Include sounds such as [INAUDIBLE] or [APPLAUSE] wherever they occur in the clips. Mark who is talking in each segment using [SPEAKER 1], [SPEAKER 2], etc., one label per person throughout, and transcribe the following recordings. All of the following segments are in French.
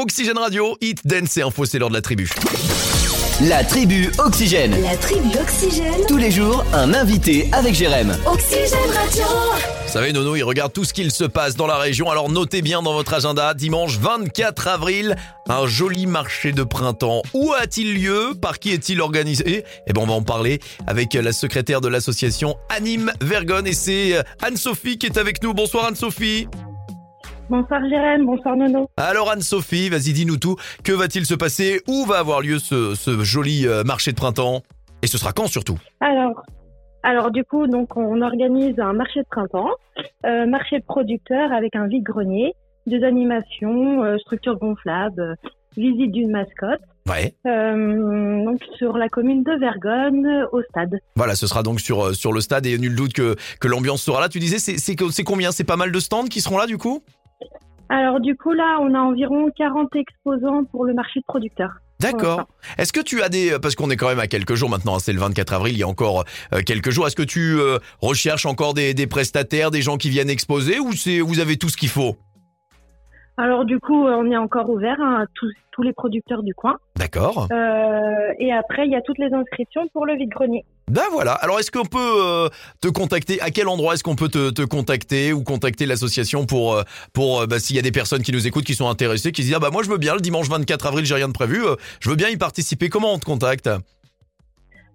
[SPEAKER 1] Oxygène Radio, Hit, Dance et Info, c'est l'heure de la tribu.
[SPEAKER 2] La tribu Oxygène.
[SPEAKER 3] La tribu Oxygène,
[SPEAKER 2] Tous les jours, un invité avec Jérém.
[SPEAKER 3] Oxygène Radio.
[SPEAKER 1] Vous savez, Nono, il regarde tout ce qu'il se passe dans la région, alors notez bien dans votre agenda, dimanche 24 avril, un joli marché de printemps. Où a-t-il lieu Par qui est-il organisé Eh ben, on va en parler avec la secrétaire de l'association Anime Vergon et c'est euh, Anne-Sophie qui est avec nous. Bonsoir Anne-Sophie.
[SPEAKER 4] Bonsoir Jérém, bonsoir Nono.
[SPEAKER 1] Alors Anne-Sophie, vas-y, dis-nous tout. Que va-t-il se passer Où va avoir lieu ce, ce joli euh, marché de printemps Et ce sera quand surtout
[SPEAKER 4] Alors, alors du coup, donc on organise un marché de printemps, euh, marché de producteurs avec un vide-grenier, des animations, euh, structures gonflables, euh, visite d'une mascotte,
[SPEAKER 1] Ouais.
[SPEAKER 4] euh, donc sur la commune de Vergogne, euh, au stade.
[SPEAKER 1] Voilà, ce sera donc sur, euh, sur le stade et nul doute que, que l'ambiance sera là. Tu disais, c'est- c'est co- c'est combien C'est pas mal de stands qui seront là du coup
[SPEAKER 4] Alors du coup, là, on a environ 40 exposants pour le marché de producteurs.
[SPEAKER 1] D'accord.
[SPEAKER 4] Voilà.
[SPEAKER 1] Est-ce que tu as des... euh, Parce qu'on est quand même à quelques jours maintenant, hein, c'est le 24 avril, il y a encore euh, quelques jours. Est-ce que tu euh, recherches encore des, des prestataires, des gens qui viennent exposer ou c'est vous avez tout ce qu'il faut
[SPEAKER 4] Alors du coup, euh, on est encore ouvert hein, à tous, tous les producteurs du coin.
[SPEAKER 1] D'accord.
[SPEAKER 4] Euh, et après, il y a toutes les inscriptions pour le vide-grenier.
[SPEAKER 1] Ben voilà. Alors est-ce qu'on peut euh, te contacter À quel endroit est-ce qu'on peut te, te contacter ou contacter l'association pour, euh, pour euh, bah, s'il y a des personnes qui nous écoutent, qui sont intéressées, qui se disent ah bah moi je veux bien le dimanche 24 avril, j'ai rien de prévu, euh, je veux bien y participer. Comment on te contacte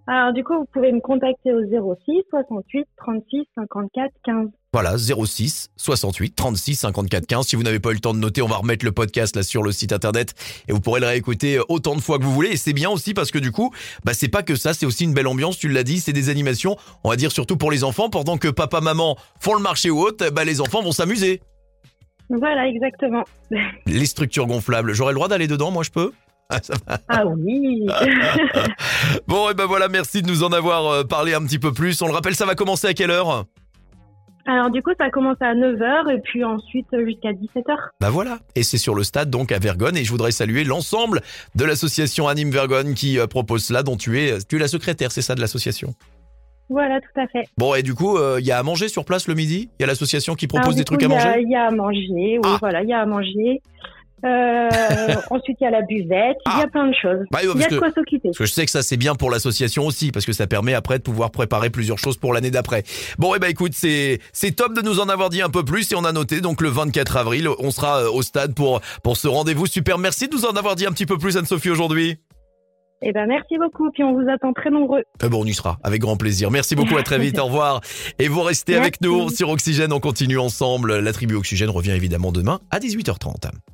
[SPEAKER 4] Alors du coup, vous pouvez me contacter au 06 68 36 54 15.
[SPEAKER 1] Voilà, 06 68 36 54 15. Si vous n'avez pas eu le temps de noter, on va remettre le podcast là sur le site internet et vous pourrez le réécouter euh, autant de fois que vous voulez. Et c'est bien aussi parce que du coup, bah c'est pas que ça, c'est aussi une belle ambiance. Tu l'as dit, c'est des animations. On va dire surtout pour les enfants, pendant que papa maman font le marché ou autre, bah les enfants vont s'amuser.
[SPEAKER 4] Voilà, exactement.
[SPEAKER 1] Les structures gonflables, j'aurai le droit d'aller dedans, moi je peux.
[SPEAKER 4] Ah oui
[SPEAKER 1] Bon et ben voilà, merci de nous en avoir euh, parlé un petit peu plus. On le rappelle, ça va commencer à quelle heure
[SPEAKER 4] Alors du coup, ça commence à 9h et puis ensuite euh, jusqu'à 17h.
[SPEAKER 1] Bah voilà, et c'est sur le stade donc à Vergogne et je voudrais saluer l'ensemble de l'association Anime Vergogne qui euh, propose cela dont tu es tu es la secrétaire, c'est ça de l'association.
[SPEAKER 4] Voilà, tout à fait.
[SPEAKER 1] Bon et du coup, il y a à manger sur place le midi Il y a l'association qui propose
[SPEAKER 4] Alors, Ah, du
[SPEAKER 1] des
[SPEAKER 4] coup,
[SPEAKER 1] trucs à
[SPEAKER 4] il y a-
[SPEAKER 1] manger
[SPEAKER 4] Il y a à manger, oui,
[SPEAKER 1] Ah.
[SPEAKER 4] voilà, il y a à manger. Euh,
[SPEAKER 1] [LAUGHS]
[SPEAKER 4] ensuite, il y a la buvette, il y a plein de choses.
[SPEAKER 1] Bah, ouais,
[SPEAKER 4] Il y
[SPEAKER 1] parce,
[SPEAKER 4] a de
[SPEAKER 1] que,
[SPEAKER 4] quoi s'occuper.
[SPEAKER 1] parce que je sais que ça c'est bien pour l'association aussi parce que ça permet après de pouvoir préparer plusieurs choses pour l'année d'après. Bon et ben écoute, c'est c'est top de nous en avoir dit un peu plus et on a noté donc le 24 avril, on sera euh, au stade pour pour ce rendez-vous super. Merci de nous en avoir dit un petit peu plus Anne-Sophie aujourd'hui.
[SPEAKER 4] Eh ben, merci beaucoup, puis on vous attend très nombreux.
[SPEAKER 1] Eh ben, on y sera, avec grand plaisir. Merci beaucoup, à très vite, au revoir. Et vous restez avec
[SPEAKER 4] Merci.
[SPEAKER 1] nous sur Oxygène, on continue ensemble. La tribu Oxygène revient évidemment demain à 18h30.